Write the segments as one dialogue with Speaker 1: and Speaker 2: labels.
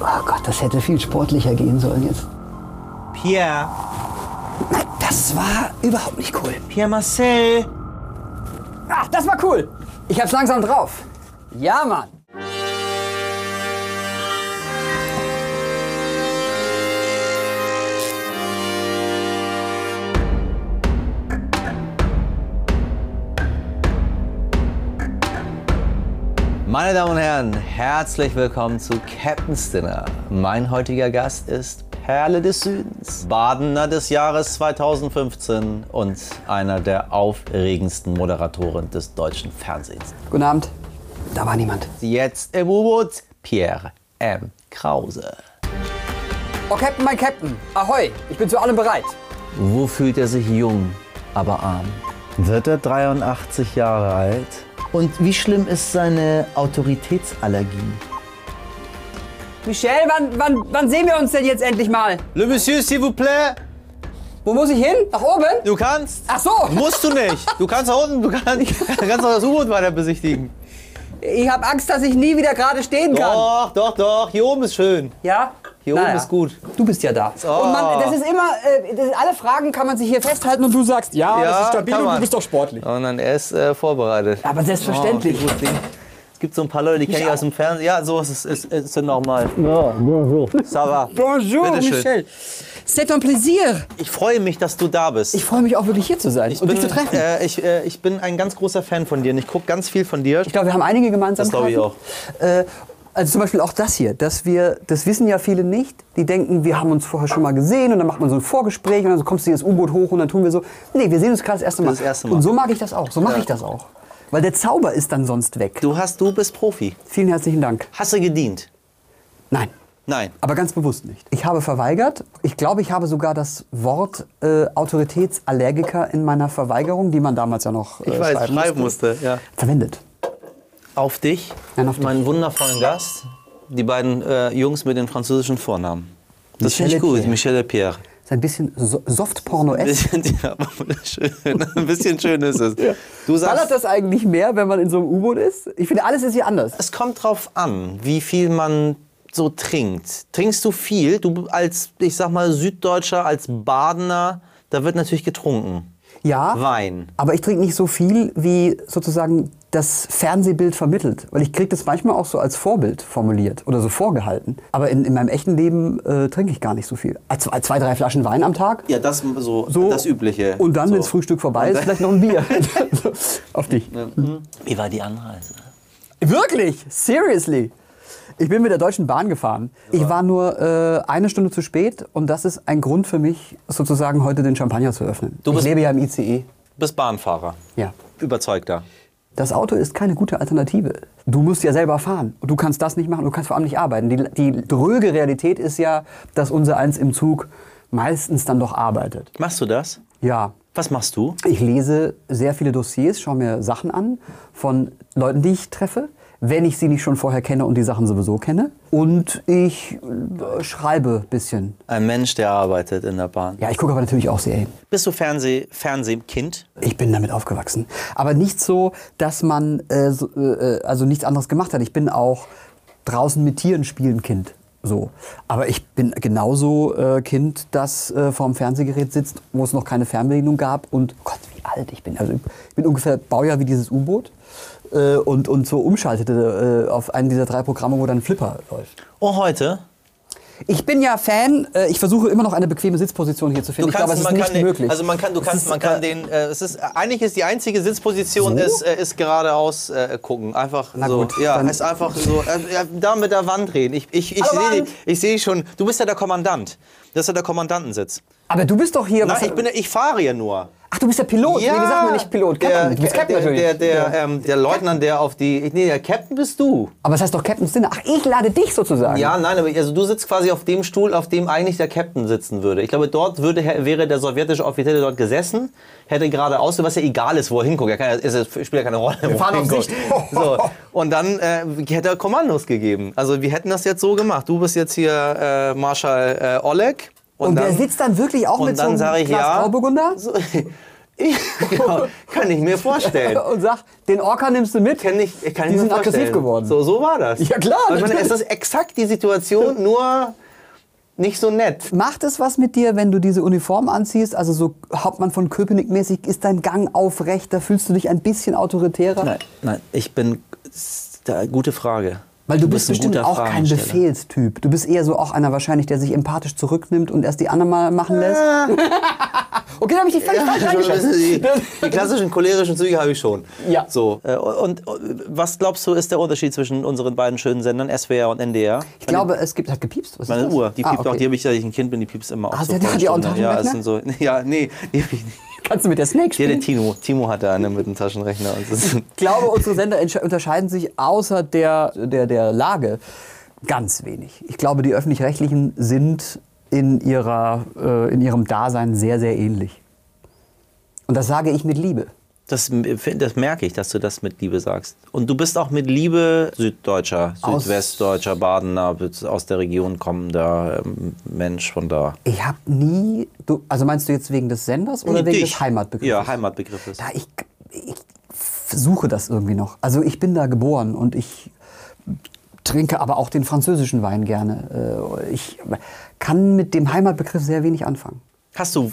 Speaker 1: Oh Gott, das hätte viel sportlicher gehen sollen jetzt.
Speaker 2: Pierre,
Speaker 1: Nein, das war überhaupt nicht cool.
Speaker 2: Pierre Marcel.
Speaker 1: Ach, Ah, das war cool. Ich hab's langsam drauf. Ja, Mann.
Speaker 2: Meine Damen und Herren, herzlich willkommen zu Captain's Dinner. Mein heutiger Gast ist Perle des Südens, Badener des Jahres 2015 und einer der aufregendsten Moderatoren des deutschen Fernsehens.
Speaker 1: Guten Abend. Da war niemand.
Speaker 2: Jetzt im U-Boot Pierre M. Krause.
Speaker 1: Oh, Captain, mein Captain. Ahoi, ich bin zu allem bereit.
Speaker 2: Wo fühlt er sich jung, aber arm? Wird er 83 Jahre alt? Und wie schlimm ist seine Autoritätsallergie?
Speaker 1: Michelle, wann, wann, wann sehen wir uns denn jetzt endlich mal?
Speaker 2: Le Monsieur, s'il vous plaît,
Speaker 1: Wo muss ich hin? Nach oben?
Speaker 2: du kannst.
Speaker 1: Ach so.
Speaker 2: Musst du nicht. Du kannst da unten, du kannst, kannst auch das U-Boot weiter besichtigen.
Speaker 1: Ich habe Angst, dass ich nie wieder gerade stehen kann.
Speaker 2: Doch, doch, doch. Hier oben ist schön.
Speaker 1: Ja?
Speaker 2: Oh. Hier oben ist gut. Oh.
Speaker 1: Du bist ja da. Und man, das ist immer, äh, das, alle Fragen kann man sich hier festhalten und du sagst, ja, Ah, das
Speaker 2: Ja,
Speaker 1: ist stabil
Speaker 2: kann
Speaker 1: und du
Speaker 2: man.
Speaker 1: bist doch sportlich.
Speaker 2: Und dann er ist äh, vorbereitet.
Speaker 1: Aber selbstverständlich.
Speaker 2: Oh, wie gut Ding. es gibt so ein paar Leute, die kenne ich aus dem Fernsehen. Ja, so ist es ist, ist, ist normal. Ja, Ça va.
Speaker 1: Bonjour,
Speaker 2: Bitteschön.
Speaker 1: Michel. C'est un plaisir.
Speaker 2: Ich freue mich, dass du da bist.
Speaker 1: Ich freue mich auch wirklich hier zu sein und dich zu treffen.
Speaker 2: Äh, ich, äh, ich bin ein ganz großer Fan von dir und ich gucke ganz viel von dir.
Speaker 1: Ich glaube, wir haben einige gemeinsam.
Speaker 2: Das glaube ich auch.
Speaker 1: Äh, also zum Beispiel auch das hier, dass wir, das wissen ja viele nicht, die denken, wir haben uns vorher schon mal gesehen und dann macht man so ein Vorgespräch und dann kommst du ins U-Boot hoch und dann tun wir so. Nee, wir sehen uns gerade das erste Mal.
Speaker 2: Das erste Mal.
Speaker 1: Und so mag ich das auch, so mache
Speaker 2: Ja.
Speaker 1: ich das auch. Weil der Zauber ist dann sonst weg.
Speaker 2: Du, hast, du bist Profi.
Speaker 1: Vielen herzlichen Dank.
Speaker 2: Hast du gedient?
Speaker 1: Nein.
Speaker 2: Nein.
Speaker 1: Aber ganz bewusst nicht. Ich habe verweigert. Ich glaube, ich habe sogar das Wort äh, Autoritätsallergiker in meiner Verweigerung, die man damals ja noch äh,
Speaker 2: Ich weiß,
Speaker 1: schreiben,
Speaker 2: schreiben
Speaker 1: musste,
Speaker 2: musste. Ja.
Speaker 1: verwendet.
Speaker 2: Auf dich,
Speaker 1: Nein, auf dich.
Speaker 2: meinen wundervollen Gast, die beiden äh, Jungs mit den französischen Vornamen. Das
Speaker 1: Michel
Speaker 2: finde ich
Speaker 1: et
Speaker 2: gut,
Speaker 1: Pierre.
Speaker 2: Michel et Pierre.
Speaker 1: Ist ein bisschen so Soft-Porno-esque.
Speaker 2: Bisschen, ja, aber schön. Ein bisschen schön ist es. Du
Speaker 1: Ballert
Speaker 2: sagst,
Speaker 1: das eigentlich mehr, wenn man in so einem U-Boot ist? Ich finde, alles ist hier anders.
Speaker 2: es kommt drauf an, wie viel man so trinkt. Trinkst du viel? Du als, ich sag mal, Süddeutscher, als Badener, da wird natürlich getrunken.
Speaker 1: Ja.
Speaker 2: Wein.
Speaker 1: Aber ich trinke nicht so viel, wie sozusagen das Fernsehbild vermittelt. Weil ich kriege das manchmal auch so als Vorbild formuliert oder so vorgehalten. Aber in, in meinem echten Leben äh, trinke ich gar nicht so viel. Also zwei, drei Flaschen Wein am Tag.
Speaker 2: Ja, das so,
Speaker 1: So.
Speaker 2: das Übliche.
Speaker 1: Und dann,
Speaker 2: so.
Speaker 1: wenn das Frühstück vorbei ist, vielleicht noch ein Bier. So, Auf dich.
Speaker 2: Wie war die Anreise?
Speaker 1: Wirklich? Seriously? Ich bin mit der Deutschen Bahn gefahren. Ich war nur äh, eine Stunde zu spät und das ist ein Grund für mich, sozusagen heute den Champagner zu öffnen.
Speaker 2: Du
Speaker 1: ich
Speaker 2: bist-
Speaker 1: lebe ja im ICE.
Speaker 2: Du bist Bahnfahrer.
Speaker 1: Ja.
Speaker 2: Überzeugter.
Speaker 1: Das Auto ist keine gute Alternative. Du musst ja selber fahren. Und Du kannst das nicht machen, du kannst vor allem nicht arbeiten. Die, die dröge Realität ist ja, dass unser Eins im Zug meistens dann doch arbeitet.
Speaker 2: Machst du das?
Speaker 1: Ja,
Speaker 2: Was machst du?
Speaker 1: Ich lese sehr viele Dossiers, schaue mir Sachen an von Leuten, die ich treffe, wenn ich sie nicht schon vorher kenne und die Sachen sowieso kenne. Und ich äh, schreibe ein bisschen.
Speaker 2: Ein Mensch, der arbeitet in der Bahn.
Speaker 1: Ja, ich gucke aber natürlich auch Serien.
Speaker 2: Bist du Fernseh, Fernsehkind?
Speaker 1: Ich bin damit aufgewachsen. Aber nicht so, dass man äh, so, äh, also nichts anderes gemacht hat. Ich bin auch draußen mit Tieren spielen Kind. So. Aber ich bin genauso äh, Kind, das äh, vorm Fernsehgerät sitzt, wo es noch keine Fernbedienung gab. Und Gott, wie alt ich bin. Also ich bin ungefähr Baujahr wie dieses U-Boot. Äh, und, und so umschaltete äh, auf einen dieser drei Programme, wo dann Flipper läuft.
Speaker 2: Oh, heute?
Speaker 1: Ich bin ja Fan. Äh, ich versuche immer noch eine bequeme Sitzposition hier zu finden. Ich glaube, es ist
Speaker 2: man
Speaker 1: nicht
Speaker 2: kann den,
Speaker 1: möglich.
Speaker 2: Also man kann, du
Speaker 1: Es
Speaker 2: kannst,
Speaker 1: ist,
Speaker 2: man kann
Speaker 1: äh,
Speaker 2: den, äh, es ist, eigentlich ist die einzige Sitzposition
Speaker 1: So?
Speaker 2: ist, äh, ist geradeaus äh, gucken. Einfach
Speaker 1: Na
Speaker 2: so.
Speaker 1: gut,
Speaker 2: ja,
Speaker 1: dann-
Speaker 2: ist einfach so, äh, ja, da mit der Wand reden. Ich, ich, ich
Speaker 1: Hallo,
Speaker 2: sehe
Speaker 1: Wand!
Speaker 2: dich- ich sehe dich schon, du bist ja der Kommandant. Das ist ja der Kommandantensitz.
Speaker 1: aber du bist doch hier.
Speaker 2: Nein,
Speaker 1: was-
Speaker 2: ich, bin, ich fahre ja nur.
Speaker 1: Ach, du bist der Pilot. Nee, wie sagt man nicht Pilot? Captain.
Speaker 2: Der,
Speaker 1: du bist Captain
Speaker 2: der,
Speaker 1: natürlich.
Speaker 2: der, der, ähm, der Leutnant, der auf die. Nee, der Captain bist du.
Speaker 1: aber es heißt doch Captain's Dinner. Ach, ich lade dich sozusagen.
Speaker 2: Ja, nein, aber also du sitzt quasi auf dem Stuhl, auf dem eigentlich der Captain sitzen würde. Ich glaube, dort würde, wäre der sowjetische Offizier der dort gesessen, hätte gerade aus, was ja egal ist, wo er hinguckt. Er kann, ja- ist, es spielt ja keine Rolle, wo
Speaker 1: fahren
Speaker 2: er
Speaker 1: auf
Speaker 2: hinguckt.
Speaker 1: Sicht.
Speaker 2: So. Und dann äh, hätte er Kommandos gegeben. Also wir hätten das jetzt so gemacht. Du bist jetzt hier äh, Marschall äh, Oleg.
Speaker 1: Und, der sitzt dann wirklich auch
Speaker 2: und
Speaker 1: mit
Speaker 2: dann
Speaker 1: so
Speaker 2: sage
Speaker 1: einem
Speaker 2: ich ja.
Speaker 1: Grauburgunder?
Speaker 2: So, genau, kann ich mir vorstellen.
Speaker 1: und sag, den Orca nimmst du mit.
Speaker 2: Kann ich, kann
Speaker 1: Die
Speaker 2: ich mir
Speaker 1: sind aggressiv
Speaker 2: vorstellen.
Speaker 1: geworden.
Speaker 2: So, so war das.
Speaker 1: Ja, klar,
Speaker 2: Und ich meine, es
Speaker 1: natürlich.
Speaker 2: ist exakt die Situation, nur nicht so nett.
Speaker 1: Macht es was mit dir, wenn du diese Uniform anziehst? Also so Hauptmann von Köpenick mäßig, ist dein Gang aufrecht? Da fühlst du dich ein bisschen autoritärer?
Speaker 2: Nein, nein, ich bin. Da, gute Frage.
Speaker 1: Weil du bist,
Speaker 2: ein
Speaker 1: bestimmt
Speaker 2: guter
Speaker 1: auch kein
Speaker 2: Fragensteller.
Speaker 1: Befehlstyp. Du bist eher so auch einer wahrscheinlich, der sich empathisch zurücknimmt und erst die anderen mal machen lässt. okay, da habe ne? ich dich völlig falsch
Speaker 2: Ah. Ja, so ein bisschen die,
Speaker 1: eingeschätzt.
Speaker 2: die klassischen cholerischen Züge habe ich schon.
Speaker 1: Ja.
Speaker 2: So. äh, Und, und was glaubst du, ist der Unterschied zwischen unseren beiden schönen Sendern, SWR und NDR?
Speaker 1: Ich glaube, es gibt, hat gepiepst. Was ist
Speaker 2: Meine
Speaker 1: das?
Speaker 2: Uhr, die
Speaker 1: Ah,
Speaker 2: piept auch,
Speaker 1: okay.
Speaker 2: die habe ich, seit ich ein Kind bin, die piepst immer auch
Speaker 1: Ah,
Speaker 2: so
Speaker 1: der- der
Speaker 2: vor
Speaker 1: hat die auch einen
Speaker 2: Stunde. Ja, es sind so,
Speaker 1: Taschenrechner?
Speaker 2: ja, nee, die hab ich nicht.
Speaker 1: Kannst du mit der Snake
Speaker 2: Hier, der
Speaker 1: spielen?
Speaker 2: Timo, Timo hat da eine mit dem Taschenrechner. Und das ist,
Speaker 1: Ich glaube, unsere Sender entsche- unterscheiden sich außer der, der, der Lage ganz wenig. Ich glaube, die öffentlich-rechtlichen sind in, ihrer, äh, in ihrem Dasein sehr, sehr ähnlich. Und das sage ich mit Liebe.
Speaker 2: das, empfind- das merke ich, dass du das mit Liebe sagst. Und du bist auch mit Liebe Süddeutscher,
Speaker 1: Aus-
Speaker 2: Südwestdeutscher, Badener, aus der Region kommender ähm, Mensch von da.
Speaker 1: Ich habe nie. Du, also meinst du jetzt wegen des Senders oder wegen
Speaker 2: Dich.
Speaker 1: des Heimatbegriffs?
Speaker 2: Ja, Heimatbegriffes.
Speaker 1: Da ich, ich suche das irgendwie noch. Also ich bin da geboren und ich trinke aber auch den französischen Wein gerne. Äh, Ich kann mit dem Heimatbegriff sehr wenig anfangen.
Speaker 2: Hast du,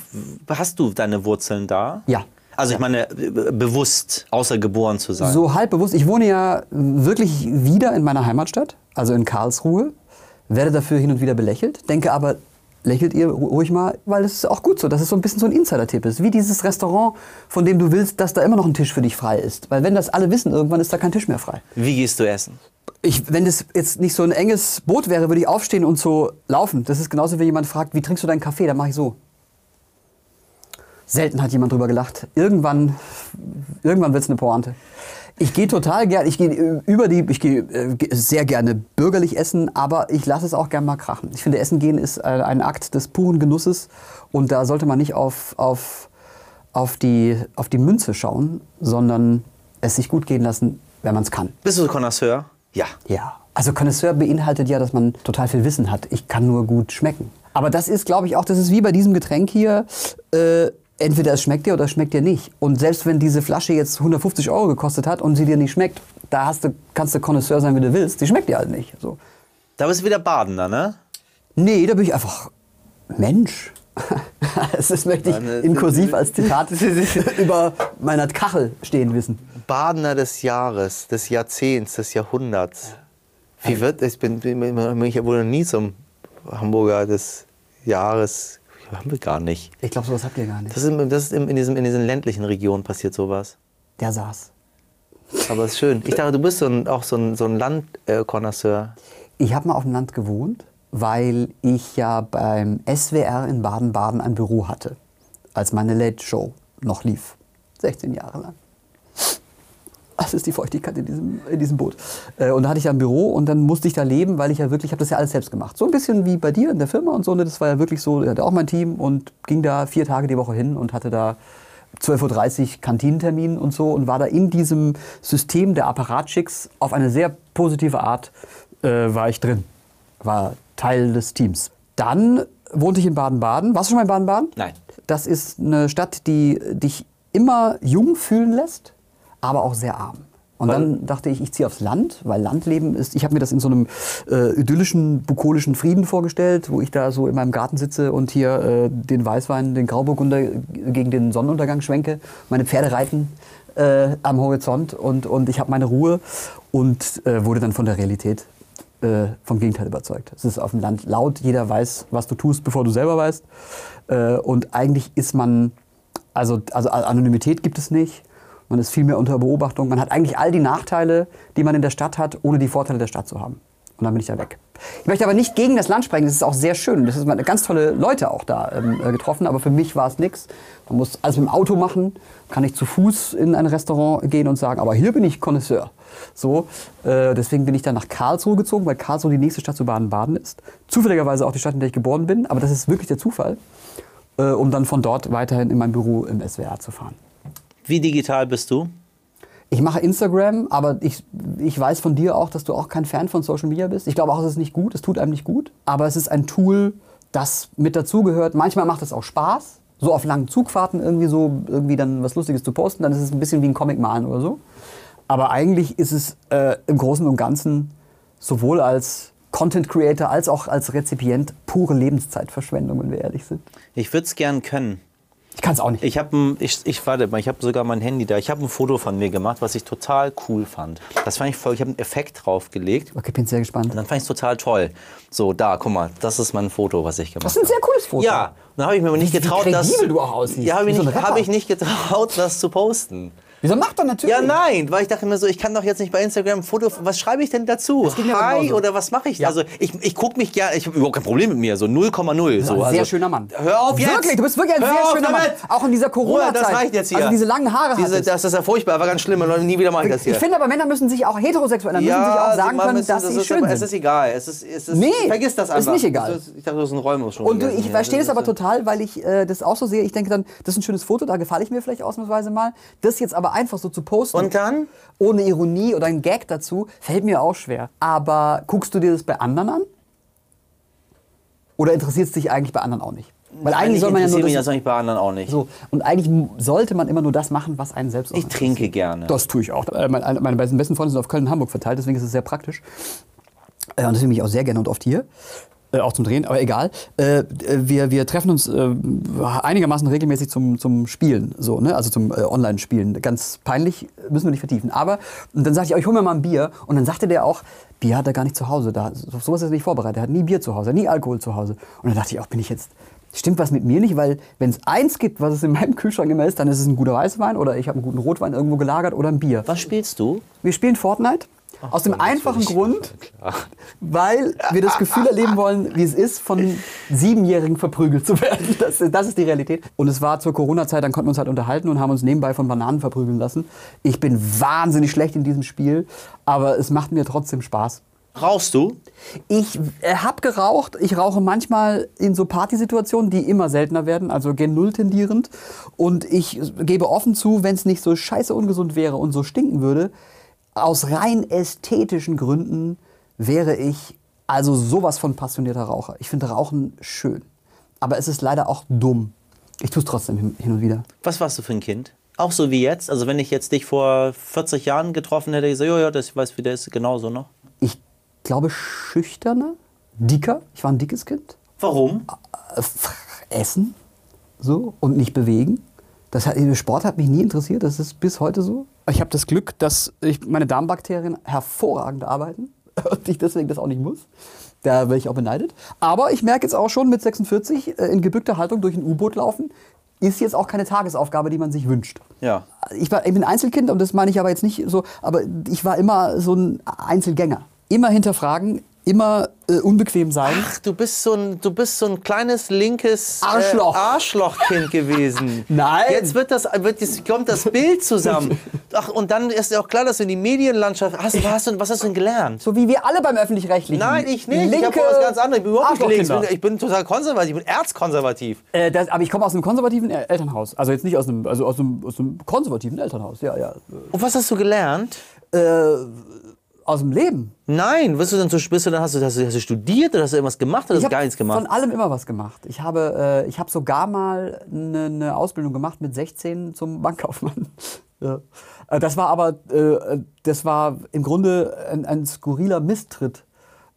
Speaker 2: hast du deine Wurzeln da?
Speaker 1: Ja.
Speaker 2: Also ich meine, be- bewusst, außer geboren zu sein.
Speaker 1: So halb bewusst. Ich wohne ja wirklich wieder in meiner Heimatstadt, also in Karlsruhe, werde dafür hin und wieder belächelt, denke aber, lächelt ihr ru- ruhig mal, weil es ist auch gut so, dass es so ein bisschen so ein Insider-Tipp ist. Wie dieses Restaurant, von dem du willst, dass da immer noch ein Tisch für dich frei ist. Weil wenn das alle wissen, irgendwann ist da kein Tisch mehr frei.
Speaker 2: Wie gehst du essen?
Speaker 1: Ich, wenn das jetzt nicht so ein enges Boot wäre, würde ich aufstehen und so laufen. Das ist genauso, wenn jemand fragt, wie trinkst du deinen Kaffee? Dann mache ich so. Selten hat jemand drüber gelacht. Irgendwann, irgendwann wird es eine Pointe. Ich gehe total gerne, ich gehe äh, über die, ich gehe äh, ge- sehr gerne bürgerlich essen, aber ich lasse es auch gerne mal krachen. Ich finde, Essen gehen ist äh, ein Akt des puren Genusses und da sollte man nicht auf, auf, auf, die, auf die Münze schauen, sondern es sich gut gehen lassen, wenn man es kann.
Speaker 2: Bist du Connoisseur? Ja.
Speaker 1: Ja. Also Connoisseur beinhaltet ja, dass man total viel Wissen hat. Ich kann nur gut schmecken. Aber das ist, glaube ich, auch, das ist wie bei diesem Getränk hier. Äh, entweder es schmeckt dir oder es schmeckt dir nicht. Und selbst wenn diese Flasche jetzt 150 Euro gekostet hat und sie dir nicht schmeckt, da hast du, kannst du Connoisseur sein, wie du willst. Die schmeckt dir halt nicht. So.
Speaker 2: Da bist du wieder Badener, ne?
Speaker 1: Nee, da bin ich einfach Mensch. das ist, möchte ich
Speaker 2: Meine-
Speaker 1: in Kursiv als Zitat über meiner Kachel stehen wissen.
Speaker 2: Badener des Jahres, des Jahrzehnts, des Jahrhunderts. Wie wird Ich bin, bin, bin, ich wurde nie zum Hamburger des Jahres. Haben wir gar nicht.
Speaker 1: Ich glaube, sowas habt ihr gar nicht.
Speaker 2: Das ist, im- das ist im- in, diesem, in diesen ländlichen Regionen passiert sowas.
Speaker 1: Der saß.
Speaker 2: Aber ist schön. Ich dachte, du bist so ein, auch so ein, so ein Land-Connoisseur.
Speaker 1: Ich habe mal auf dem Land gewohnt, weil ich ja beim SWR in Baden-Baden ein Büro hatte, als meine Late Show noch lief. 16 Jahre lang. Das ist die Feuchtigkeit in diesem, in diesem Boot. Äh, Und da hatte ich ja ein Büro und dann musste ich da leben, weil ich ja wirklich, ich habe das ja alles selbst gemacht. So ein bisschen wie bei dir in der Firma und so. ne, Das war ja wirklich so, ich hatte auch mein Team und ging da vier Tage die Woche hin und hatte da 12.30 Uhr Kantinentermin und so und war da in diesem System der Apparatschicks auf eine sehr positive Art, äh, war ich drin. War Teil des Teams. Dann wohnte ich in Baden-Baden. Warst du schon mal in Baden-Baden?
Speaker 2: Nein.
Speaker 1: Das ist eine Stadt, die dich immer jung fühlen lässt, aber auch sehr arm. Und dann dachte ich, ich ziehe aufs Land, weil Landleben ist, ich habe mir das in so einem äh, idyllischen, bukolischen Frieden vorgestellt, wo ich da so in meinem Garten sitze und hier äh, den Weißwein, den Grauburgunder gegen den Sonnenuntergang schwenke, meine Pferde reiten äh, am Horizont und, und ich habe meine Ruhe und äh, wurde dann von der Realität äh, vom Gegenteil überzeugt. Es ist auf dem Land laut, jeder weiß, was du tust, bevor du selber weißt. Äh, und eigentlich ist man, also, also Anonymität gibt es nicht. Man ist viel mehr unter Beobachtung. Man hat eigentlich all die Nachteile, die man in der Stadt hat, ohne die Vorteile der Stadt zu haben. Und dann bin ich da weg. Ich möchte aber nicht gegen das Land sprechen. Das ist auch sehr schön. Das ist man- ganz tolle Leute auch da ähm, äh, getroffen. Aber für mich war es nichts. Man muss alles mit dem Auto machen. Kann ich zu Fuß in ein Restaurant gehen und sagen, aber hier bin ich Connoisseur. So, äh, deswegen bin ich dann nach Karlsruhe gezogen, weil Karlsruhe die nächste Stadt zu Baden-Baden ist. Zufälligerweise auch die Stadt, in der ich geboren bin. Aber das ist wirklich der Zufall, äh, um dann von dort weiterhin in mein Büro im SWR zu fahren.
Speaker 2: Wie digital bist du?
Speaker 1: Ich mache Instagram, aber ich, ich weiß von dir auch, dass du auch kein Fan von Social Media bist. Ich glaube auch, es ist nicht gut, es tut einem nicht gut. Aber es ist ein Tool, das mit dazugehört. Manchmal macht es auch Spaß. so auf langen Zugfahrten irgendwie so irgendwie dann was Lustiges zu posten, dann ist es ein bisschen wie ein Comic malen oder so. Aber eigentlich ist es äh, im Großen und Ganzen sowohl als Content Creator als auch als Rezipient pure Lebenszeitverschwendung, wenn wir ehrlich sind.
Speaker 2: Ich würde es gern können.
Speaker 1: Ich kann es auch nicht.
Speaker 2: Ich habe ich, ich warte mal, ich habe sogar mein Handy da. Ich habe ein Foto von mir gemacht, was ich total cool fand. Das fand ich voll, ich habe einen Effekt draufgelegt
Speaker 1: Okay, bin sehr gespannt.
Speaker 2: und dann fand ich es total toll. So, da, guck mal, das ist mein Foto, was ich gemacht
Speaker 1: Das ist ein sehr cooles Foto.
Speaker 2: Ja, und dann habe ich mir aber nicht
Speaker 1: Wie- wie
Speaker 2: getraut, das
Speaker 1: kredibel du auch aussiehst,
Speaker 2: Ja, habe ich,
Speaker 1: wie so
Speaker 2: nicht-
Speaker 1: ein Rapper.
Speaker 2: hab ich nicht getraut, das zu posten.
Speaker 1: Wieso macht er natürlich?
Speaker 2: Ja, nein, weil ich dachte mir so, ich kann doch jetzt nicht bei Instagram ein Foto, was schreibe ich denn dazu?
Speaker 1: geht mir
Speaker 2: Hi
Speaker 1: genauso.
Speaker 2: oder was mache ich?
Speaker 1: Ja.
Speaker 2: Also ich, ich gucke mich gerne, ich habe überhaupt kein Problem mit mir, so 0,0. So,
Speaker 1: Ein
Speaker 2: also,
Speaker 1: sehr schöner Mann.
Speaker 2: Hör auf jetzt!
Speaker 1: Wirklich, du bist wirklich ein
Speaker 2: Hör
Speaker 1: sehr
Speaker 2: auf
Speaker 1: schöner
Speaker 2: damit!
Speaker 1: Mann. Auch in dieser
Speaker 2: Ruhe,
Speaker 1: Corona-Zeit.
Speaker 2: das reicht jetzt hier.
Speaker 1: Also diese langen Haare
Speaker 2: diese,
Speaker 1: hattest.
Speaker 2: Das ist ja furchtbar, war ganz schlimm und nie wieder mache ich das hier.
Speaker 1: Ich finde aber, Männer müssen sich auch, Heterosexuelle müssen
Speaker 2: ja,
Speaker 1: sich auch
Speaker 2: sie
Speaker 1: sagen
Speaker 2: machen
Speaker 1: können,
Speaker 2: müssen-
Speaker 1: dass
Speaker 2: das
Speaker 1: sie
Speaker 2: ist,
Speaker 1: schön
Speaker 2: aber
Speaker 1: sind.
Speaker 2: Es ist egal. Es ist, es ist,
Speaker 1: Nee,
Speaker 2: vergiss das
Speaker 1: ist
Speaker 2: einfach.
Speaker 1: nicht egal.
Speaker 2: Das ist- Ich dachte, du hast einen Räumus schon.
Speaker 1: Und du,
Speaker 2: gegessen
Speaker 1: ich
Speaker 2: hier.
Speaker 1: verstehe das
Speaker 2: ne, ist
Speaker 1: aber
Speaker 2: so-
Speaker 1: total, weil ich äh, das auch so sehe. Ich denke dann, das ist ein schönes Foto, da gefalle ich mir vielleicht ausnahmsweise mal. Das jetzt aber einfach so zu posten.
Speaker 2: Und dann?
Speaker 1: Ohne Ironie oder ein Gag dazu, fällt mir auch schwer. Aber guckst du dir das bei anderen an? Oder interessiert es dich eigentlich bei anderen auch nicht? Weil eigentlich, soll man ja nur
Speaker 2: interessiert mich
Speaker 1: das,
Speaker 2: das eigentlich bei anderen auch nicht.
Speaker 1: so, und eigentlich m- sollte man immer nur das machen, was einen selbst auch
Speaker 2: Ich trinke ne? gerne.
Speaker 1: das tue ich auch. Äh, Meine, meine besten besten Freunde sind auf Köln und Hamburg verteilt, deswegen ist es sehr praktisch. Äh, Und deswegen bin ich auch sehr gerne und oft hier. Äh, auch zum Drehen, aber egal. Äh, äh, wir, wir treffen uns äh, einigermaßen regelmäßig zum, zum Spielen, so, ne? also zum äh, Online-Spielen. Ganz peinlich, äh, müssen wir nicht vertiefen. Aber und dann sagte ich, oh, ich hole mir mal ein Bier. Und dann sagte der auch, Bier hat er gar nicht zu Hause. Da, so, sowas ist er nicht vorbereitet. Er hat nie Bier zu Hause, nie Alkohol zu Hause. Und dann dachte ich auch, bin ich jetzt, Stimmt was mit mir nicht, weil wenn es eins gibt, was es in meinem Kühlschrank immer ist, dann ist es ein guter Weißwein oder ich habe einen guten Rotwein irgendwo gelagert oder ein Bier.
Speaker 2: Was spielst du?
Speaker 1: Wir spielen Fortnite aus dem einfachen Grund, weil wir das Gefühl erleben wollen, wie es ist, von Siebenjährigen verprügelt zu werden. Das, ist- das ist die Realität. Und es war zur Corona-Zeit, dann konnten wir uns halt unterhalten und haben uns nebenbei von Bananen verprügeln lassen. Ich bin wahnsinnig schlecht in diesem Spiel, aber es macht mir trotzdem Spaß.
Speaker 2: Rauchst du?
Speaker 1: Ich äh, habe geraucht. Ich rauche manchmal in so Partysituationen, die immer seltener werden, also gen Null tendierend. Und ich gebe offen zu, wenn es nicht so scheiße ungesund wäre und so stinken würde, aus rein ästhetischen Gründen wäre ich also sowas von passionierter Raucher. Ich finde Rauchen schön. Aber es ist leider auch dumm. Ich tue es trotzdem hin hin und wieder.
Speaker 2: Was warst du für ein Kind? Auch so wie jetzt? Also, wenn ich jetzt dich vor 40 Jahren getroffen hätte, ich gesagt, ja, ja, das ich weiß, wie der ist, genauso ne? noch.
Speaker 1: Ich glaube, schüchterner, dicker. Ich war ein dickes Kind.
Speaker 2: Warum?
Speaker 1: äh, essen so und nicht bewegen. Das hat, Sport hat mich nie interessiert, das ist bis heute so. Ich habe das Glück, dass ich, meine Darmbakterien hervorragend arbeiten und ich deswegen das auch nicht muss. Da werde ich auch beneidet. Aber ich merke jetzt auch schon mit 46 äh, in gebückter Haltung durch ein U-Boot laufen, ist jetzt auch keine Tagesaufgabe, die man sich wünscht.
Speaker 2: Ja.
Speaker 1: Ich, war, ich bin Einzelkind und das meine ich aber jetzt nicht so, aber ich war immer so ein Einzelgänger. Immer hinterfragen, immer äh, unbequem sein.
Speaker 2: Ach, du bist so ein, du bist so ein kleines linkes äh,
Speaker 1: Arschloch.
Speaker 2: Arschlochkind gewesen.
Speaker 1: Nein.
Speaker 2: Jetzt wird das, wird, jetzt kommt das Bild zusammen. Ach, und dann ist ja auch klar, dass du in die Medienlandschaft. Hast, was hast du, was hast du denn gelernt?
Speaker 1: So wie wir alle beim Öffentlich-Rechtlichen.
Speaker 2: Nein, ich nicht. ich habe
Speaker 1: Linke
Speaker 2: was ganz anderes. Ich bin überhaupt nicht links. Ich bin,
Speaker 1: Arschlochkinder.
Speaker 2: ich bin total konservativ. Ich bin erzkonservativ.
Speaker 1: Äh, das, aber ich komme aus einem konservativen El- Elternhaus. Also jetzt nicht aus einem, also aus einem, aus einem konservativen Elternhaus. Ja, ja.
Speaker 2: Und was hast du gelernt?
Speaker 1: Äh, aus dem Leben.
Speaker 2: Nein, bist du dann so bist du dann hast du, hast du, hast du studiert oder hast du irgendwas gemacht oder hast
Speaker 1: hab
Speaker 2: du Also gar nichts gemacht?
Speaker 1: von allem immer was gemacht. Ich habe, äh, ich habe sogar mal eine ne Ausbildung gemacht mit 16 zum Bankkaufmann. Ja. Äh, Das war aber, äh, das war im Grunde ein, ein skurriler Misstritt,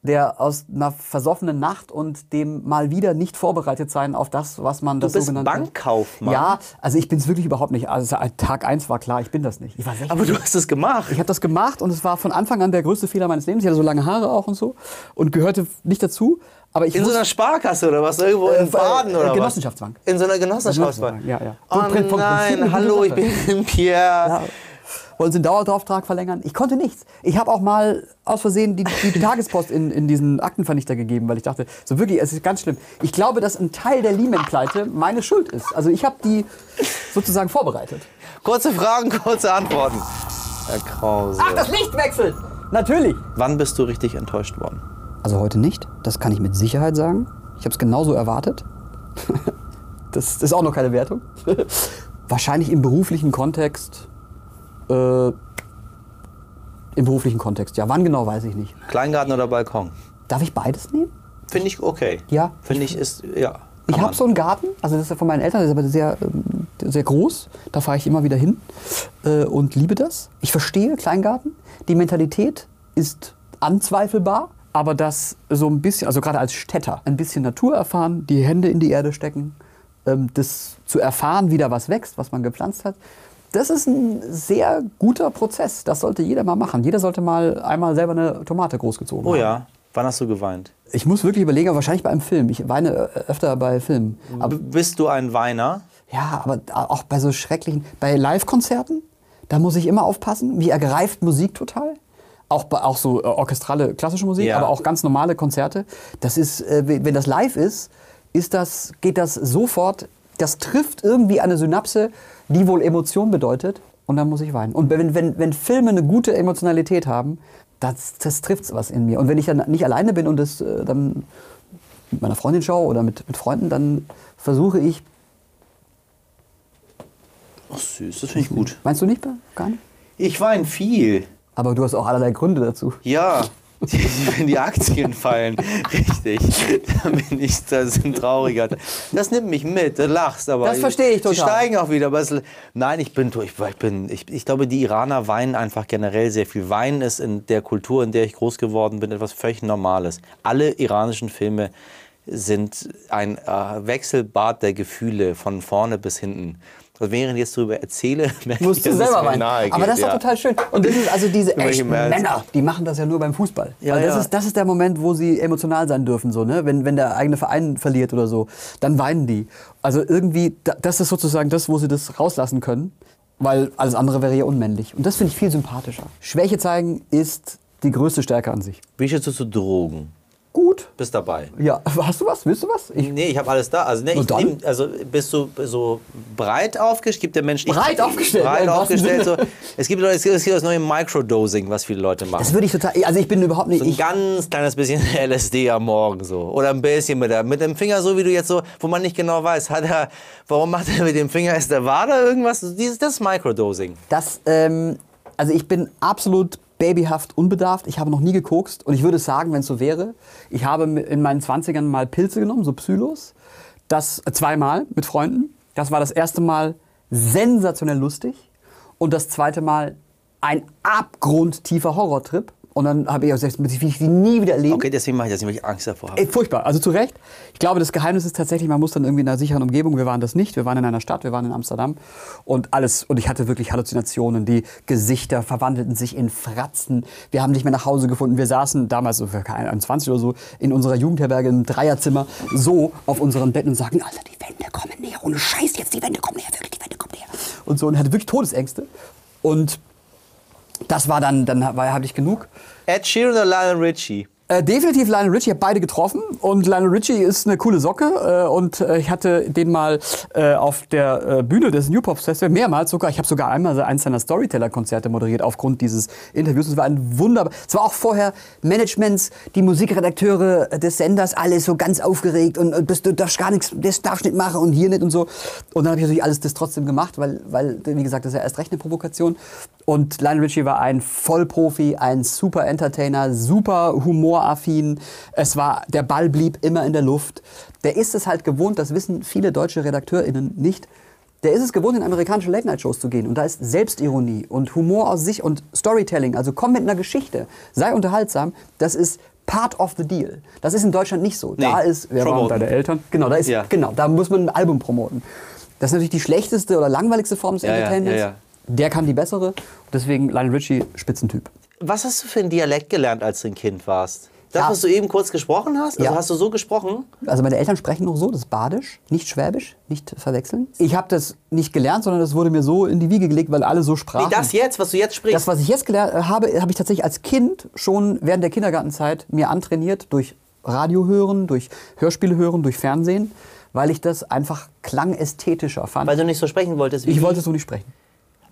Speaker 1: der aus einer versoffenen Nacht und dem mal wieder nicht vorbereitet sein auf das, was man das
Speaker 2: bist
Speaker 1: sogenannte
Speaker 2: Bankkaufmann?
Speaker 1: Ja, also ich bin es wirklich überhaupt nicht. Also Tag 1 war klar, ich bin das nicht. Ich war 16.
Speaker 2: Aber du hast es gemacht.
Speaker 1: Ich habe das gemacht und es war von Anfang an der größte Fehler meines Lebens. Ich hatte so lange Haare auch und so und gehörte nicht dazu. Aber ich
Speaker 2: In so einer Sparkasse oder was? Irgendwo
Speaker 1: Äh,
Speaker 2: in Baden
Speaker 1: äh,
Speaker 2: oder was?
Speaker 1: Genossenschaftsbank.
Speaker 2: In so einer Genossenschaftsbank.
Speaker 1: Genossenschaftsbank, ja, ja.
Speaker 2: Oh
Speaker 1: Vom Prin- vom
Speaker 2: nein,
Speaker 1: Prinzip-
Speaker 2: hallo, ich bin Pierre.
Speaker 1: Ja. Wollen Sie den Dauerauftrag verlängern? Ich konnte nichts. Ich habe auch mal aus Versehen die, die Tagespost in, in diesen Aktenvernichter gegeben, weil ich dachte, so wirklich, es ist ganz schlimm. Ich glaube, dass ein Teil der Lehman-Pleite meine Schuld ist. Also ich habe die sozusagen vorbereitet.
Speaker 2: Kurze Fragen, kurze Antworten. Herr Krause.
Speaker 1: Licht wechselt! Natürlich!
Speaker 2: Wann bist du richtig enttäuscht worden?
Speaker 1: Also heute nicht, das kann ich mit Sicherheit sagen. Ich habe es genauso erwartet. das ist auch noch keine Wertung. Wahrscheinlich im beruflichen Kontext. Äh, Im beruflichen Kontext, ja. Wann genau, weiß ich nicht.
Speaker 2: Kleingarten oder Balkon?
Speaker 1: Darf ich beides nehmen?
Speaker 2: Finde ich okay.
Speaker 1: Ja.
Speaker 2: Finde ich ist, ja.
Speaker 1: Ich habe so einen Garten, also das ist ja von meinen Eltern, der ist aber sehr, ähm, sehr groß. Da fahre ich immer wieder hin äh, und liebe das. Ich verstehe Kleingarten. Die Mentalität ist anzweifelbar, aber das so ein bisschen, also gerade als Städter, ein bisschen Natur erfahren, die Hände in die Erde stecken, ähm, das zu erfahren, wie da was wächst, was man gepflanzt hat. Das ist ein sehr guter Prozess. Das sollte jeder mal machen. Jeder sollte mal einmal selber eine Tomate großgezogen
Speaker 2: Oh
Speaker 1: haben.
Speaker 2: ja, wann hast du geweint?
Speaker 1: Ich muss wirklich überlegen, aber wahrscheinlich bei einem Film. Ich weine ö- öfter bei Filmen. Aber
Speaker 2: B bist du ein Weiner?
Speaker 1: Ja, aber auch bei so schrecklichen, bei Live-Konzerten, da muss ich immer aufpassen. Mich ergreift Musik total. Auch, bei, auch so äh, orchestrale klassische Musik,
Speaker 2: Ja.
Speaker 1: aber auch ganz normale Konzerte. Das ist, äh, we- wenn das live ist, ist das, geht das sofort, das trifft irgendwie eine Synapse, die wohl Emotion bedeutet. Und dann muss ich weinen. Und wenn, wenn, wenn Filme eine gute Emotionalität haben, das, das trifft was in mir. Und wenn ich dann nicht alleine bin und das äh, dann mit meiner Freundin schaue oder mit, mit Freunden, dann versuche ich
Speaker 2: Ach süß, das finde ich gut.
Speaker 1: Meinst du nicht, Bert? gar nicht?
Speaker 2: Ich weine viel.
Speaker 1: Aber du hast auch allerlei Gründe dazu.
Speaker 2: Ja, die- wenn die Aktien fallen, richtig, dann bin ich das ein trauriger. Das nimmt mich mit, du lachst, aber
Speaker 1: Das verstehe ich
Speaker 2: Sie
Speaker 1: total.
Speaker 2: steigen auch wieder, aber es, nein, ich bin durch, ich bin, ich, ich glaube, die Iraner weinen einfach generell sehr viel. Weinen ist in der Kultur, in der ich groß geworden bin, etwas völlig Normales. Alle iranischen Filme sind ein äh, Wechselbad der Gefühle von vorne bis hinten. Also während ich jetzt darüber erzähle, merke ich,
Speaker 1: Musst du
Speaker 2: dass es
Speaker 1: selber
Speaker 2: mir
Speaker 1: weinen.
Speaker 2: nahe
Speaker 1: Aber
Speaker 2: geht,
Speaker 1: das ist
Speaker 2: ja.
Speaker 1: doch total schön. Und das ist also diese
Speaker 2: Immer
Speaker 1: echten
Speaker 2: gemerkt.
Speaker 1: Männer, die machen das ja nur beim Fußball.
Speaker 2: Ja,
Speaker 1: Weil das,
Speaker 2: ja.
Speaker 1: Ist, das ist der Moment, wo sie emotional sein dürfen, so, ne? wenn, wenn der eigene Verein verliert oder so. Dann weinen die. Also irgendwie, da- das ist sozusagen das, wo sie das rauslassen können, weil alles andere wäre ja unmännlich. Und das finde ich viel sympathischer. Schwäche zeigen ist die größte Stärke an sich.
Speaker 2: Wie stehst du zu Drogen?
Speaker 1: Gut.
Speaker 2: Bist dabei.
Speaker 1: Ja, hast du was? Willst du was? Ich,
Speaker 2: Nee, ich habe alles da. Also, nee, ich
Speaker 1: dann?
Speaker 2: nehm, also bist du so breit aufgestellt? Gibt der Mensch nicht-
Speaker 1: Breit aufgestellt,
Speaker 2: Breit
Speaker 1: im wahrsten
Speaker 2: aufgestellt. So.
Speaker 1: Sinne.
Speaker 2: Es gibt Leute, es gibt, es gibt das neue Microdosing, was viele Leute machen.
Speaker 1: das würde ich total. Also ich bin überhaupt nicht.
Speaker 2: so ein
Speaker 1: Ich,
Speaker 2: ganz kleines bisschen LSD am Morgen so. Oder ein bisschen mit, der, mit dem Finger, so wie du jetzt so, wo man nicht genau weiß, hat er, warum macht er mit dem Finger, ist der war da irgendwas? Dieses, das ist Microdosing.
Speaker 1: Das, ähm, also ich bin absolut babyhaft unbedarft. Ich habe noch nie gekokst und ich würde es sagen, wenn es so wäre. Ich habe mi- in meinen 20ern mal Pilze genommen, so Psylos. Das äh, zweimal mit Freunden. Das war das erste Mal sensationell lustig und das zweite Mal ein abgrundtiefer Horrortrip. Und dann habe ich auch gesagt, ich will sie nie wieder erleben.
Speaker 2: Okay, deswegen mache ich das nicht, weil ich Angst davor habe.
Speaker 1: Ey, furchtbar, also zu Recht. Ich glaube, das Geheimnis ist tatsächlich, man muss dann irgendwie in einer sicheren Umgebung, wir waren das nicht, wir waren in einer Stadt, wir waren in Amsterdam und alles, und ich hatte wirklich Halluzinationen, die Gesichter verwandelten sich in Fratzen, wir haben nicht mehr nach Hause gefunden, wir saßen damals, so für keine Ahnung, 20 oder so, in unserer Jugendherberge im Dreierzimmer, so auf unseren Betten und sagten, Alter, die Wände kommen näher, ohne Scheiß jetzt, die Wände kommen näher, wirklich, die Wände kommen näher. Und so, und hatte wirklich Todesängste und das war dann, dann war- hatte ich genug.
Speaker 2: Ed Sheeran oder Lionel Richie?
Speaker 1: Äh, definitiv Lionel Richie, ich habe beide getroffen und Lionel Richie ist eine coole Socke äh, und äh, ich hatte den mal äh, auf der äh, Bühne des New Pop Festival mehrmals sogar, ich habe sogar einmal so eins seiner Storyteller-Konzerte moderiert aufgrund dieses Interviews. Es war ein wunderbar, es war auch vorher Managements, die Musikredakteure des Senders, alle so ganz aufgeregt und, und bist, du darfst gar nichts, das darfst nicht machen und hier nicht und so. Und dann habe ich natürlich alles das trotzdem gemacht, weil, weil, wie gesagt, das ist ja erst recht eine Provokation. Und Lionel Richie war ein Vollprofi, ein super Entertainer, super humoraffin. Es war, der Ball blieb immer in der Luft. Der ist es halt gewohnt, das wissen viele deutsche RedakteurInnen nicht. Der ist es gewohnt, in amerikanische Late-Night-Shows zu gehen. Und da ist Selbstironie und Humor aus sich und Storytelling. Also komm mit einer Geschichte, sei unterhaltsam. Das ist part of the deal. Das ist in Deutschland nicht so. Da
Speaker 2: Nee,
Speaker 1: ist, wer waren
Speaker 2: promoten.
Speaker 1: deine Eltern? Genau, da ist,
Speaker 2: Ja.
Speaker 1: genau, da muss man ein Album promoten. Das ist natürlich die schlechteste oder langweiligste Form des
Speaker 2: Ja, ja,
Speaker 1: Entertainments.
Speaker 2: ja, ja.
Speaker 1: Der kann die bessere. Deswegen Lionel Richie, Spitzentyp.
Speaker 2: Was hast du für einen Dialekt gelernt, als du ein Kind warst? Das,
Speaker 1: Ja.
Speaker 2: was du eben kurz gesprochen hast? Also
Speaker 1: Ja.
Speaker 2: hast du so gesprochen?
Speaker 1: Also meine Eltern sprechen noch so, das ist Badisch, nicht Schwäbisch, nicht verwechseln. Ich habe das nicht gelernt, sondern das wurde mir so in die Wiege gelegt, weil alle so sprachen.
Speaker 2: Wie das jetzt, was du jetzt sprichst?
Speaker 1: Das, was ich jetzt gelernt äh, habe, habe ich tatsächlich als Kind schon während der Kindergartenzeit mir antrainiert durch Radio hören, durch Hörspiele hören, durch Fernsehen, weil ich das einfach klangästhetischer fand.
Speaker 2: Weil du nicht so sprechen wolltest. wie
Speaker 1: ich wollte so nicht sprechen.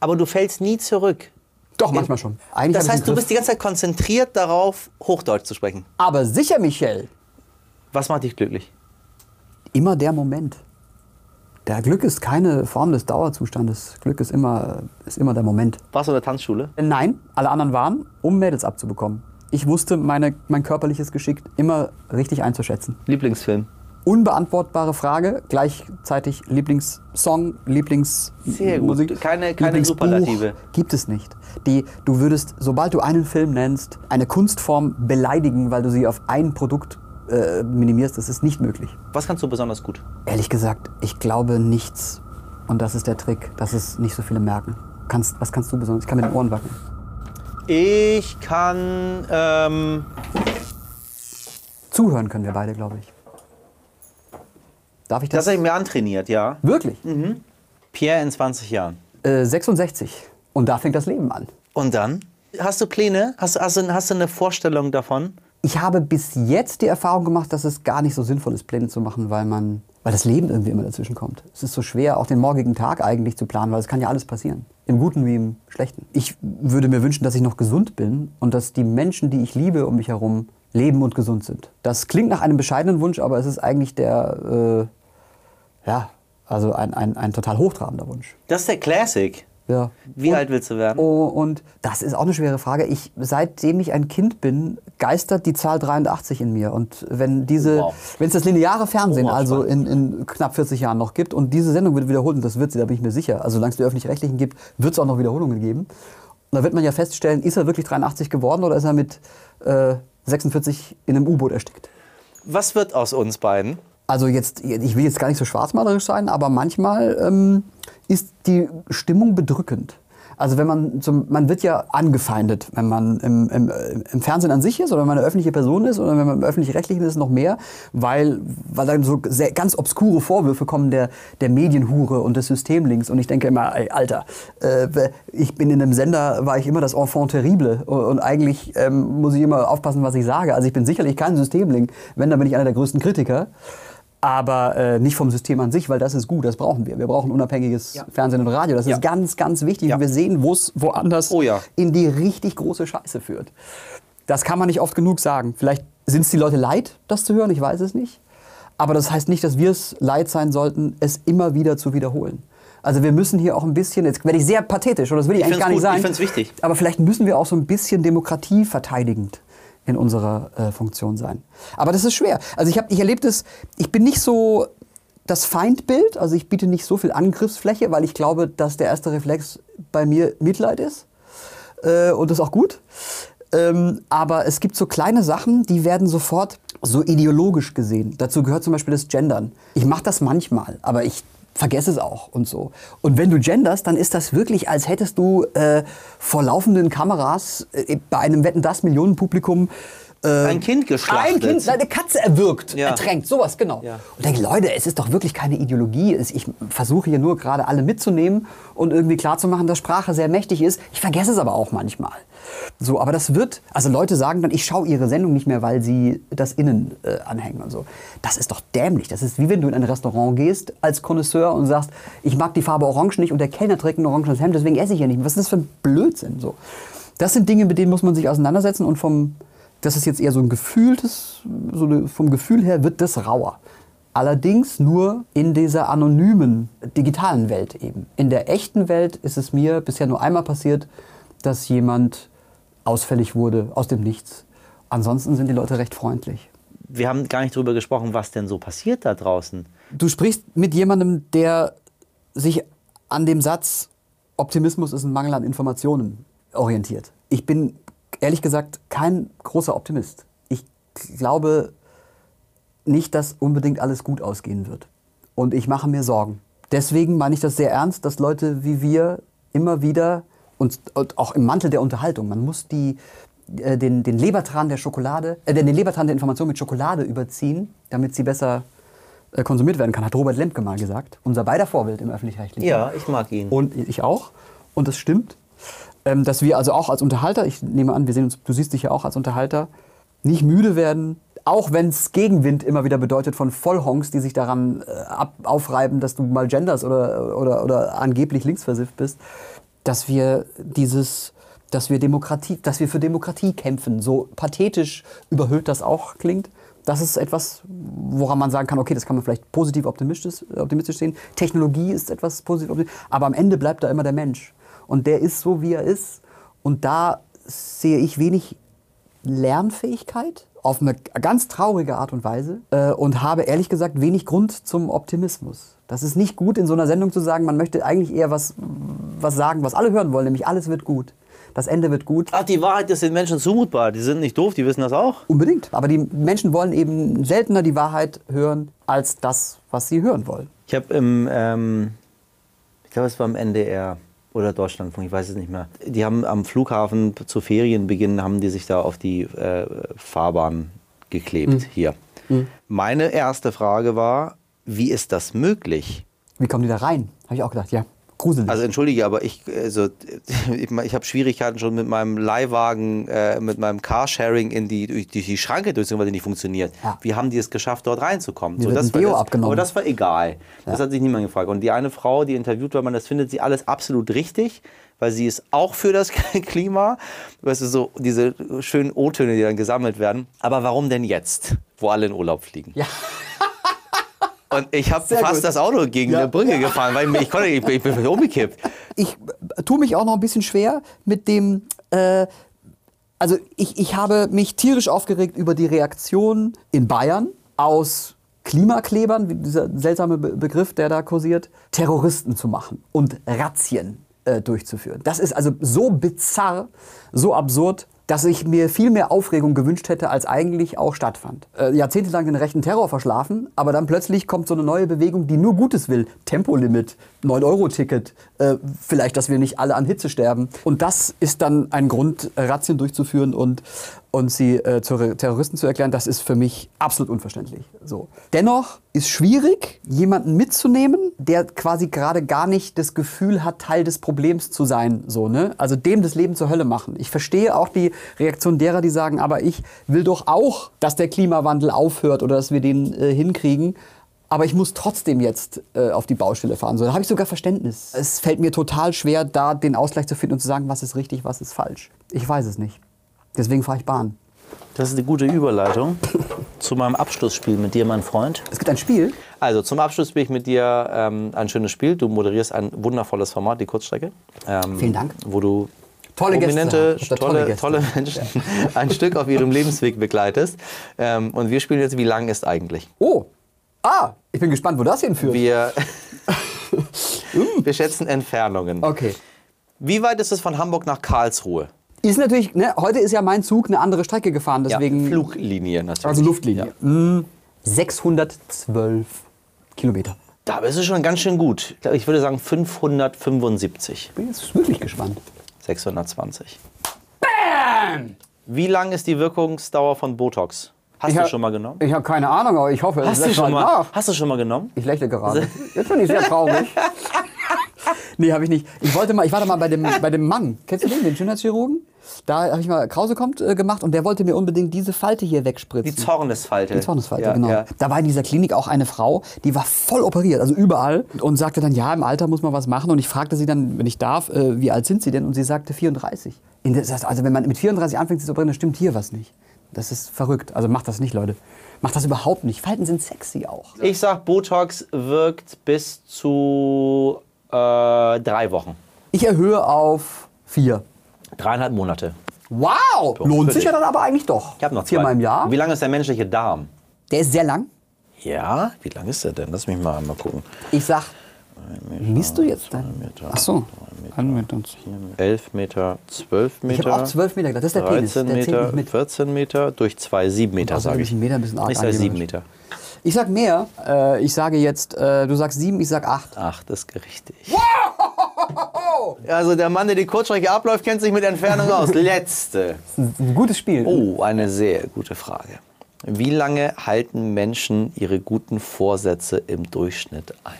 Speaker 2: Aber du fällst nie zurück.
Speaker 1: Doch, manchmal schon. Eigentlich hab
Speaker 2: das
Speaker 1: ich's
Speaker 2: heißt, du
Speaker 1: im Griff.
Speaker 2: bist die ganze Zeit konzentriert darauf, Hochdeutsch zu sprechen.
Speaker 1: Aber sicher, Michel,
Speaker 2: Was macht dich glücklich?
Speaker 1: immer der Moment. Der Glück ist keine Form des Dauerzustandes. Glück ist immer, ist immer der Moment.
Speaker 2: Warst du in der Tanzschule?
Speaker 1: Nein, alle anderen waren, um Mädels abzubekommen. Ich wusste meine, mein körperliches Geschick immer richtig einzuschätzen.
Speaker 2: Lieblingsfilm.
Speaker 1: unbeantwortbare Frage. Gleichzeitig Lieblingssong,
Speaker 2: Sehr gut.
Speaker 1: Lieblingsmusik.
Speaker 2: Keine- keine
Speaker 1: Lieblingsbuch
Speaker 2: Superlative.
Speaker 1: Gibt es nicht. Die, du würdest, sobald du einen Film nennst, eine Kunstform beleidigen, weil du sie auf ein Produkt äh, minimierst. Das ist nicht möglich.
Speaker 2: Was kannst du besonders gut?
Speaker 1: Ehrlich gesagt, ich glaube nichts. Und das ist der Trick, dass es nicht so viele merken. Kannst, was kannst du besonders? Ich kann mit den Ohren wackeln.
Speaker 2: Ich kann. Ähm,
Speaker 1: Zuhören können wir beide, glaube ich. Darf ich das?
Speaker 2: das habe ich mir antrainiert, ja.
Speaker 1: Wirklich?
Speaker 2: Pierre in 20 Jahren.
Speaker 1: Äh, 66. Und da fängt das Leben an.
Speaker 2: Und dann? Hast du Pläne? Hast, hast, du- hast du eine Vorstellung davon?
Speaker 1: Ich habe bis jetzt die Erfahrung gemacht, dass es gar nicht so sinnvoll ist, Pläne zu machen, weil man, weil das Leben irgendwie immer dazwischen kommt. Es ist so schwer, auch den morgigen Tag eigentlich zu planen, weil es kann ja alles passieren. Im Guten wie im Schlechten. Ich würde mir wünschen, dass ich noch gesund bin und dass die Menschen, die ich liebe, um mich herum leben und gesund sind. Das klingt nach einem bescheidenen Wunsch, aber es ist eigentlich der, äh, ja, also ein, ein, ein total hochtrabender Wunsch.
Speaker 2: Das ist der Classic.
Speaker 1: Ja.
Speaker 2: Wie alt willst du werden?
Speaker 1: Oh, und das ist auch eine schwere Frage. Ich, seitdem ich ein Kind bin, geistert die Zahl 83 in mir. Und wenn diese,
Speaker 2: Wow.
Speaker 1: wenn es das lineare Fernsehen
Speaker 2: Oh, wow,
Speaker 1: also in, in knapp 40 Jahren noch gibt und diese Sendung wird wiederholt, und das wird sie, da bin ich mir sicher. Also solange es die öffentlich-rechtlichen gibt, wird es auch noch Wiederholungen geben. Und da wird man ja feststellen, ist er wirklich 83 geworden oder ist er mit äh, 46 in einem U-Boot erstickt?
Speaker 2: Was wird aus uns beiden?
Speaker 1: Also jetzt, ich will jetzt gar nicht so schwarzmalerisch sein, aber manchmal ähm, ist die Stimmung bedrückend. Also wenn man zum, man wird ja angefeindet, wenn man im, im, im Fernsehen an sich ist oder wenn man eine öffentliche Person ist oder wenn man im öffentlich-rechtlichen ist, noch mehr, weil, weil dann so sehr, ganz obskure Vorwürfe kommen der, der Medienhure und des Systemlinks. Und ich denke immer, ey, Alter, äh, ich bin in einem Sender, war ich immer das Enfant terrible und eigentlich ähm, muss ich immer aufpassen, was ich sage. Also ich bin sicherlich kein Systemling, wenn, dann bin ich einer der größten Kritiker. Aber äh, nicht vom System an sich, weil das ist gut, das brauchen wir. Wir brauchen unabhängiges Fernsehen und Radio. Das
Speaker 2: Ja.
Speaker 1: ist ganz, ganz wichtig.
Speaker 2: Ja.
Speaker 1: Wir sehen, wo es woanders
Speaker 2: Oh ja.
Speaker 1: in die richtig große Scheiße führt. Das kann man nicht oft genug sagen. Vielleicht sind es die Leute leid, das zu hören, ich weiß es nicht. Aber das heißt nicht, dass wir es leid sein sollten, es immer wieder zu wiederholen. Also wir müssen hier auch ein bisschen, jetzt werde ich sehr pathetisch, und das will ich, eigentlich
Speaker 2: find's
Speaker 1: gar nicht
Speaker 2: gut,
Speaker 1: sein.
Speaker 2: ich find's wichtig.
Speaker 1: Aber vielleicht müssen wir auch so ein bisschen demokratieverteidigend in unserer äh, Funktion sein. Aber das ist schwer. Also ich, hab- ich erlebe das, ich bin nicht so das Feindbild, also ich biete nicht so viel Angriffsfläche, weil ich glaube, dass der erste Reflex bei mir Mitleid ist. Äh, und das ist auch gut. Ähm, aber es gibt so kleine Sachen, die werden sofort so ideologisch gesehen. Dazu gehört zum Beispiel das Gendern. Ich mache das manchmal, aber ich vergesse es auch und so. Und wenn du genderst, dann ist das wirklich, als hättest du äh, vor laufenden Kameras äh, bei einem Wetten das Millionenpublikum äh,
Speaker 2: Ähm, Ein Kind geschlachtet.
Speaker 1: Ein Kind, eine Katze erwürgt,
Speaker 2: Ja.
Speaker 1: ertränkt, sowas, genau.
Speaker 2: Ja.
Speaker 1: Und denke, Leute, es ist doch wirklich keine Ideologie. Es- Ich versuche hier nur gerade alle mitzunehmen und irgendwie klarzumachen, dass Sprache sehr mächtig ist. Ich vergesse es aber auch manchmal. So, aber das wird, also Leute sagen dann, ich schaue ihre Sendung nicht mehr, weil sie das Innen äh, anhängen und so. Das ist doch dämlich. Das ist wie wenn du in ein Restaurant gehst als Connoisseur und sagst, ich mag die Farbe Orange nicht und der Kellner trägt ein orangenes Hemd, deswegen esse ich hier nicht. mehr. Was ist das für ein Blödsinn? So. Das sind Dinge, mit denen muss man sich auseinandersetzen und vom, das ist jetzt eher so ein gefühltes, so eine, vom Gefühl her wird das rauer. Allerdings nur in dieser anonymen digitalen Welt eben. In der echten Welt ist es mir bisher nur einmal passiert, dass jemand ausfällig wurde aus dem Nichts. Ansonsten sind die Leute recht freundlich.
Speaker 2: Wir haben gar nicht drüber gesprochen, was denn so passiert da draußen.
Speaker 1: Du sprichst mit jemandem, der sich an dem Satz Optimismus ist ein Mangel an Informationen orientiert. Ich bin ehrlich gesagt kein großer Optimist. Ich glaube nicht, dass unbedingt alles gut ausgehen wird. Und ich mache mir Sorgen. Deswegen meine ich das sehr ernst, dass Leute wie wir immer wieder und, und auch im Mantel der Unterhaltung, man muss die, äh, den, den Lebertran der Schokolade, äh, den Lebertran der Information mit Schokolade überziehen, damit sie besser äh, konsumiert werden kann, hat Robert Lemke mal gesagt. Unser beider Vorbild im Öffentlich-Rechtlichen.
Speaker 2: Ja, ich mag ihn.
Speaker 1: Und ich auch. Und das stimmt. Ähm, dass wir also auch als Unterhalter, ich nehme an, wir sehen uns, du siehst dich ja auch als Unterhalter, nicht müde werden, auch wenn es Gegenwind immer wieder bedeutet von Vollhongs, die sich daran äh, ab, aufreiben, dass du mal genders oder, oder, oder angeblich linksversifft bist, dass wir dieses, dass wir Demokratie, dass wir für Demokratie kämpfen, so pathetisch überhöht das auch klingt. Das ist etwas, woran man sagen kann, okay, das kann man vielleicht positiv optimistisch, optimistisch sehen. Technologie ist etwas positiv optimistisch, aber am Ende bleibt da immer der Mensch. Und der ist so, wie er ist. Und da sehe ich wenig Lernfähigkeit auf eine ganz traurige Art und Weise äh, und habe ehrlich gesagt wenig Grund zum Optimismus. Das ist nicht gut, in so einer Sendung zu sagen, man möchte eigentlich eher was, was sagen, was alle hören wollen, nämlich alles wird gut. Das Ende wird gut.
Speaker 2: Ach, die Wahrheit ist den Menschen zumutbar. Die sind nicht doof, die wissen das auch.
Speaker 1: Unbedingt. Aber die Menschen wollen eben seltener die Wahrheit hören, als das, was sie hören wollen.
Speaker 2: Ich habe im, ähm, ich glaube, es war im NDR oder Deutschlandfunk, ich weiß es nicht mehr. Die haben am Flughafen zu Ferienbeginn haben die sich da auf die äh, Fahrbahn geklebt hier. Meine erste Frage war, wie ist das möglich?
Speaker 1: Wie kommen die da rein? Habe ich auch gedacht, ja, gruselig.
Speaker 2: Also entschuldige, aber ich, also, ich, mein, ich habe Schwierigkeiten schon mit meinem Leihwagen, äh, mit meinem Carsharing in die, durch die, die Schranke durchzukommen, weil die nicht funktioniert.
Speaker 1: Ja.
Speaker 2: Wie haben die es geschafft, dort reinzukommen?
Speaker 1: wird ein
Speaker 2: war
Speaker 1: Deo abgenommen.
Speaker 2: Aber das war egal. Das hat sich niemand gefragt. Und die eine Frau, die interviewt war, man, das findet sie alles absolut richtig, weil sie ist auch für das Klima. Weißt du, so diese schönen O-Töne, die dann gesammelt werden. Aber warum denn jetzt, wo alle in Urlaub fliegen?
Speaker 1: Ja.
Speaker 2: Und ich habe
Speaker 1: Sehr
Speaker 2: fast
Speaker 1: gut.
Speaker 2: das Auto gegen
Speaker 1: Ja.
Speaker 2: eine Brücke gefahren, weil ich, ich, konnte, ich, bin- ich bin umgekippt.
Speaker 1: ich tue mich auch noch ein bisschen schwer mit dem. Äh, also ich, ich habe mich tierisch aufgeregt über die Reaktion in Bayern aus Klimaklebern, wie dieser seltsame Be Begriff, der da kursiert, Terroristen zu machen und Razzien äh, durchzuführen. Das ist also so bizarr, so absurd, dass ich mir viel mehr Aufregung gewünscht hätte, als eigentlich auch stattfand. Äh, jahrzehntelang den rechten Terror verschlafen, aber dann plötzlich kommt so eine neue Bewegung, die nur Gutes will. Tempolimit, 9-Euro-Ticket, äh, vielleicht, dass wir nicht alle an Hitze sterben. Und das ist dann ein Grund, äh, Razzien durchzuführen und, und sie äh, zu Re- Terroristen zu erklären. Das ist für mich absolut unverständlich. So. Dennoch ist schwierig, jemanden mitzunehmen, der quasi gerade gar nicht das Gefühl hat, Teil des Problems zu sein. So, ne? Also dem das Leben zur Hölle machen. Ich verstehe auch die Reaktion derer, die sagen, aber ich will doch auch, dass der Klimawandel aufhört oder dass wir den äh, hinkriegen. Aber ich muss trotzdem jetzt äh, auf die Baustelle fahren. So, da habe ich sogar Verständnis. Es fällt mir total schwer, da den Ausgleich zu finden und zu sagen, was ist richtig, was ist falsch. Ich weiß es nicht. Deswegen fahre ich Bahn.
Speaker 2: Das ist eine gute Überleitung zu meinem Abschlussspiel mit dir, mein Freund.
Speaker 1: Es gibt ein Spiel.
Speaker 2: Also zum Abschluss spiele ich mit dir ähm, ein schönes Spiel. Du moderierst ein wundervolles Format, die Kurzstrecke. Ähm,
Speaker 1: Vielen Dank.
Speaker 2: Wo du
Speaker 1: Tolle Gäste
Speaker 2: prominente,
Speaker 1: haben. Ich hab da tolle
Speaker 2: tolle,
Speaker 1: Gäste.
Speaker 2: tolle Menschen ein Stück auf ihrem Lebensweg begleitest. Ähm, und wir spielen jetzt, wie lang ist eigentlich?
Speaker 1: Oh, ah, ich bin gespannt, wo das hinführt.
Speaker 2: Wir, wir schätzen Entfernungen.
Speaker 1: Uh. Okay.
Speaker 2: Wie weit ist es von Hamburg nach Karlsruhe?
Speaker 1: Ist natürlich, ne, heute ist ja mein Zug eine andere Strecke gefahren, deswegen.
Speaker 2: Fluglinie natürlich.
Speaker 1: Also Luftlinie.
Speaker 2: Ja.
Speaker 1: Mm, 612 Kilometer.
Speaker 2: Da bist du schon ganz schön gut. Ich glaub, Ich würde sagen 575.
Speaker 1: Bin jetzt wirklich gespannt.
Speaker 2: 620. Bam! Wie lang ist die Wirkungsdauer von Botox? Hast du schon mal genommen?
Speaker 1: Ich habe keine Ahnung, aber ich hoffe, es
Speaker 2: Hast du,
Speaker 1: lässt
Speaker 2: schon
Speaker 1: halt
Speaker 2: mal,
Speaker 1: nach.
Speaker 2: hast du schon mal genommen?
Speaker 1: Ich lächle gerade. Jetzt bin ich sehr traurig. nee, habe ich nicht. Ich wollte mal, ich war da mal bei dem, bei dem Mann. Kennst du den, den Schönheitschirurgen? Da habe ich mal Krause kommt äh, gemacht und der wollte mir unbedingt diese Falte hier wegspritzen.
Speaker 2: Die Zornesfalte.
Speaker 1: Die Zornesfalte,
Speaker 2: Äh, Ja,
Speaker 1: genau.
Speaker 2: ja.
Speaker 1: Da war in dieser Klinik auch eine Frau, die war voll operiert, also überall, und sagte dann, ja, im Alter muss man was machen. Und ich fragte sie dann, wenn ich darf, äh, wie alt sind Sie denn? Und sie sagte 34. In der- das heißt, also wenn man mit 34 anfängt zu operieren, dann stimmt hier was nicht. Das ist verrückt. Also macht das nicht, Leute. Macht das überhaupt nicht. Falten sind sexy auch.
Speaker 2: Ich sag, Botox wirkt bis zu äh, drei Wochen.
Speaker 1: Ich erhöhe auf vier.
Speaker 2: Dreieinhalb Monate.
Speaker 1: Wow! Lohnt sich
Speaker 2: für
Speaker 1: ja dann aber eigentlich doch.
Speaker 2: Ich habe noch zwei.
Speaker 1: Viermal im Jahr.
Speaker 2: Wie lang ist der menschliche Darm?
Speaker 1: Der ist sehr lang.
Speaker 2: Ja, wie lang ist der denn? Lass mich mal, mal gucken.
Speaker 1: Ich sag, misst du jetzt dann?
Speaker 2: Meter,
Speaker 1: Ach so. An mit uns.
Speaker 2: 11 Meter, 12 Meter.
Speaker 1: hab auch 12 Meter gedacht. Das ist der Penis.
Speaker 2: 13
Speaker 1: Der zählt
Speaker 2: Meter,
Speaker 1: nicht mit.
Speaker 2: 14 Meter durch 2, 7 Meter,
Speaker 1: Also
Speaker 2: sage
Speaker 1: ein
Speaker 2: ich.
Speaker 1: bisschen Meter, ein bisschen arg
Speaker 2: ich sage 7
Speaker 1: angewandt.
Speaker 2: Meter.
Speaker 1: Ich sag mehr. Äh, ich sage jetzt, äh, du sagst sieben, ich sag acht.
Speaker 2: Ach, das ist richtig. Also der Mann, der die Kurzstrecke abläuft, kennt sich mit Entfernung aus. Letzte.
Speaker 1: Ein gutes Spiel.
Speaker 2: Oh, eine sehr gute Frage. Wie lange halten Menschen ihre guten Vorsätze im Durchschnitt ein?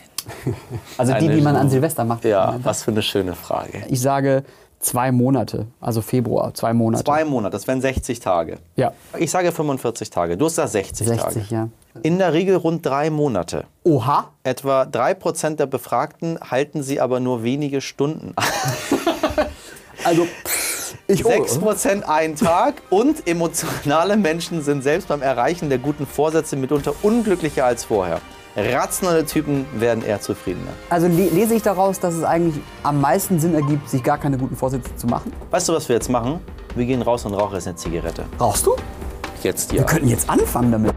Speaker 1: also die,
Speaker 2: eine
Speaker 1: die man an
Speaker 2: Stunde.
Speaker 1: Silvester macht.
Speaker 2: Ja, was für eine schöne Frage.
Speaker 1: Ich sage zwei Monate, also Februar, zwei Monate.
Speaker 2: Zwei Monate, das wären 60 Tage.
Speaker 1: Ja.
Speaker 2: Ich sage 45 Tage. Du hast da 60,
Speaker 1: 60,
Speaker 2: Tage.
Speaker 1: ja.
Speaker 2: In der Regel rund drei Monate.
Speaker 1: Oha.
Speaker 2: Etwa 3% der Befragten halten sie aber nur wenige Stunden an.
Speaker 1: Also pff, ich oh,
Speaker 2: 6% einen Tag und emotionale Menschen sind selbst beim Erreichen der guten Vorsätze mitunter unglücklicher als vorher. Rationale Typen werden eher zufriedener.
Speaker 1: Also le lese ich daraus, dass es eigentlich am meisten Sinn ergibt, sich gar keine guten Vorsätze zu machen.
Speaker 2: Weißt du, was wir jetzt machen? Wir gehen raus und rauchen jetzt eine Zigarette.
Speaker 1: Rauchst du?
Speaker 3: jetzt
Speaker 1: Wir
Speaker 3: ja.
Speaker 1: könnten jetzt anfangen damit.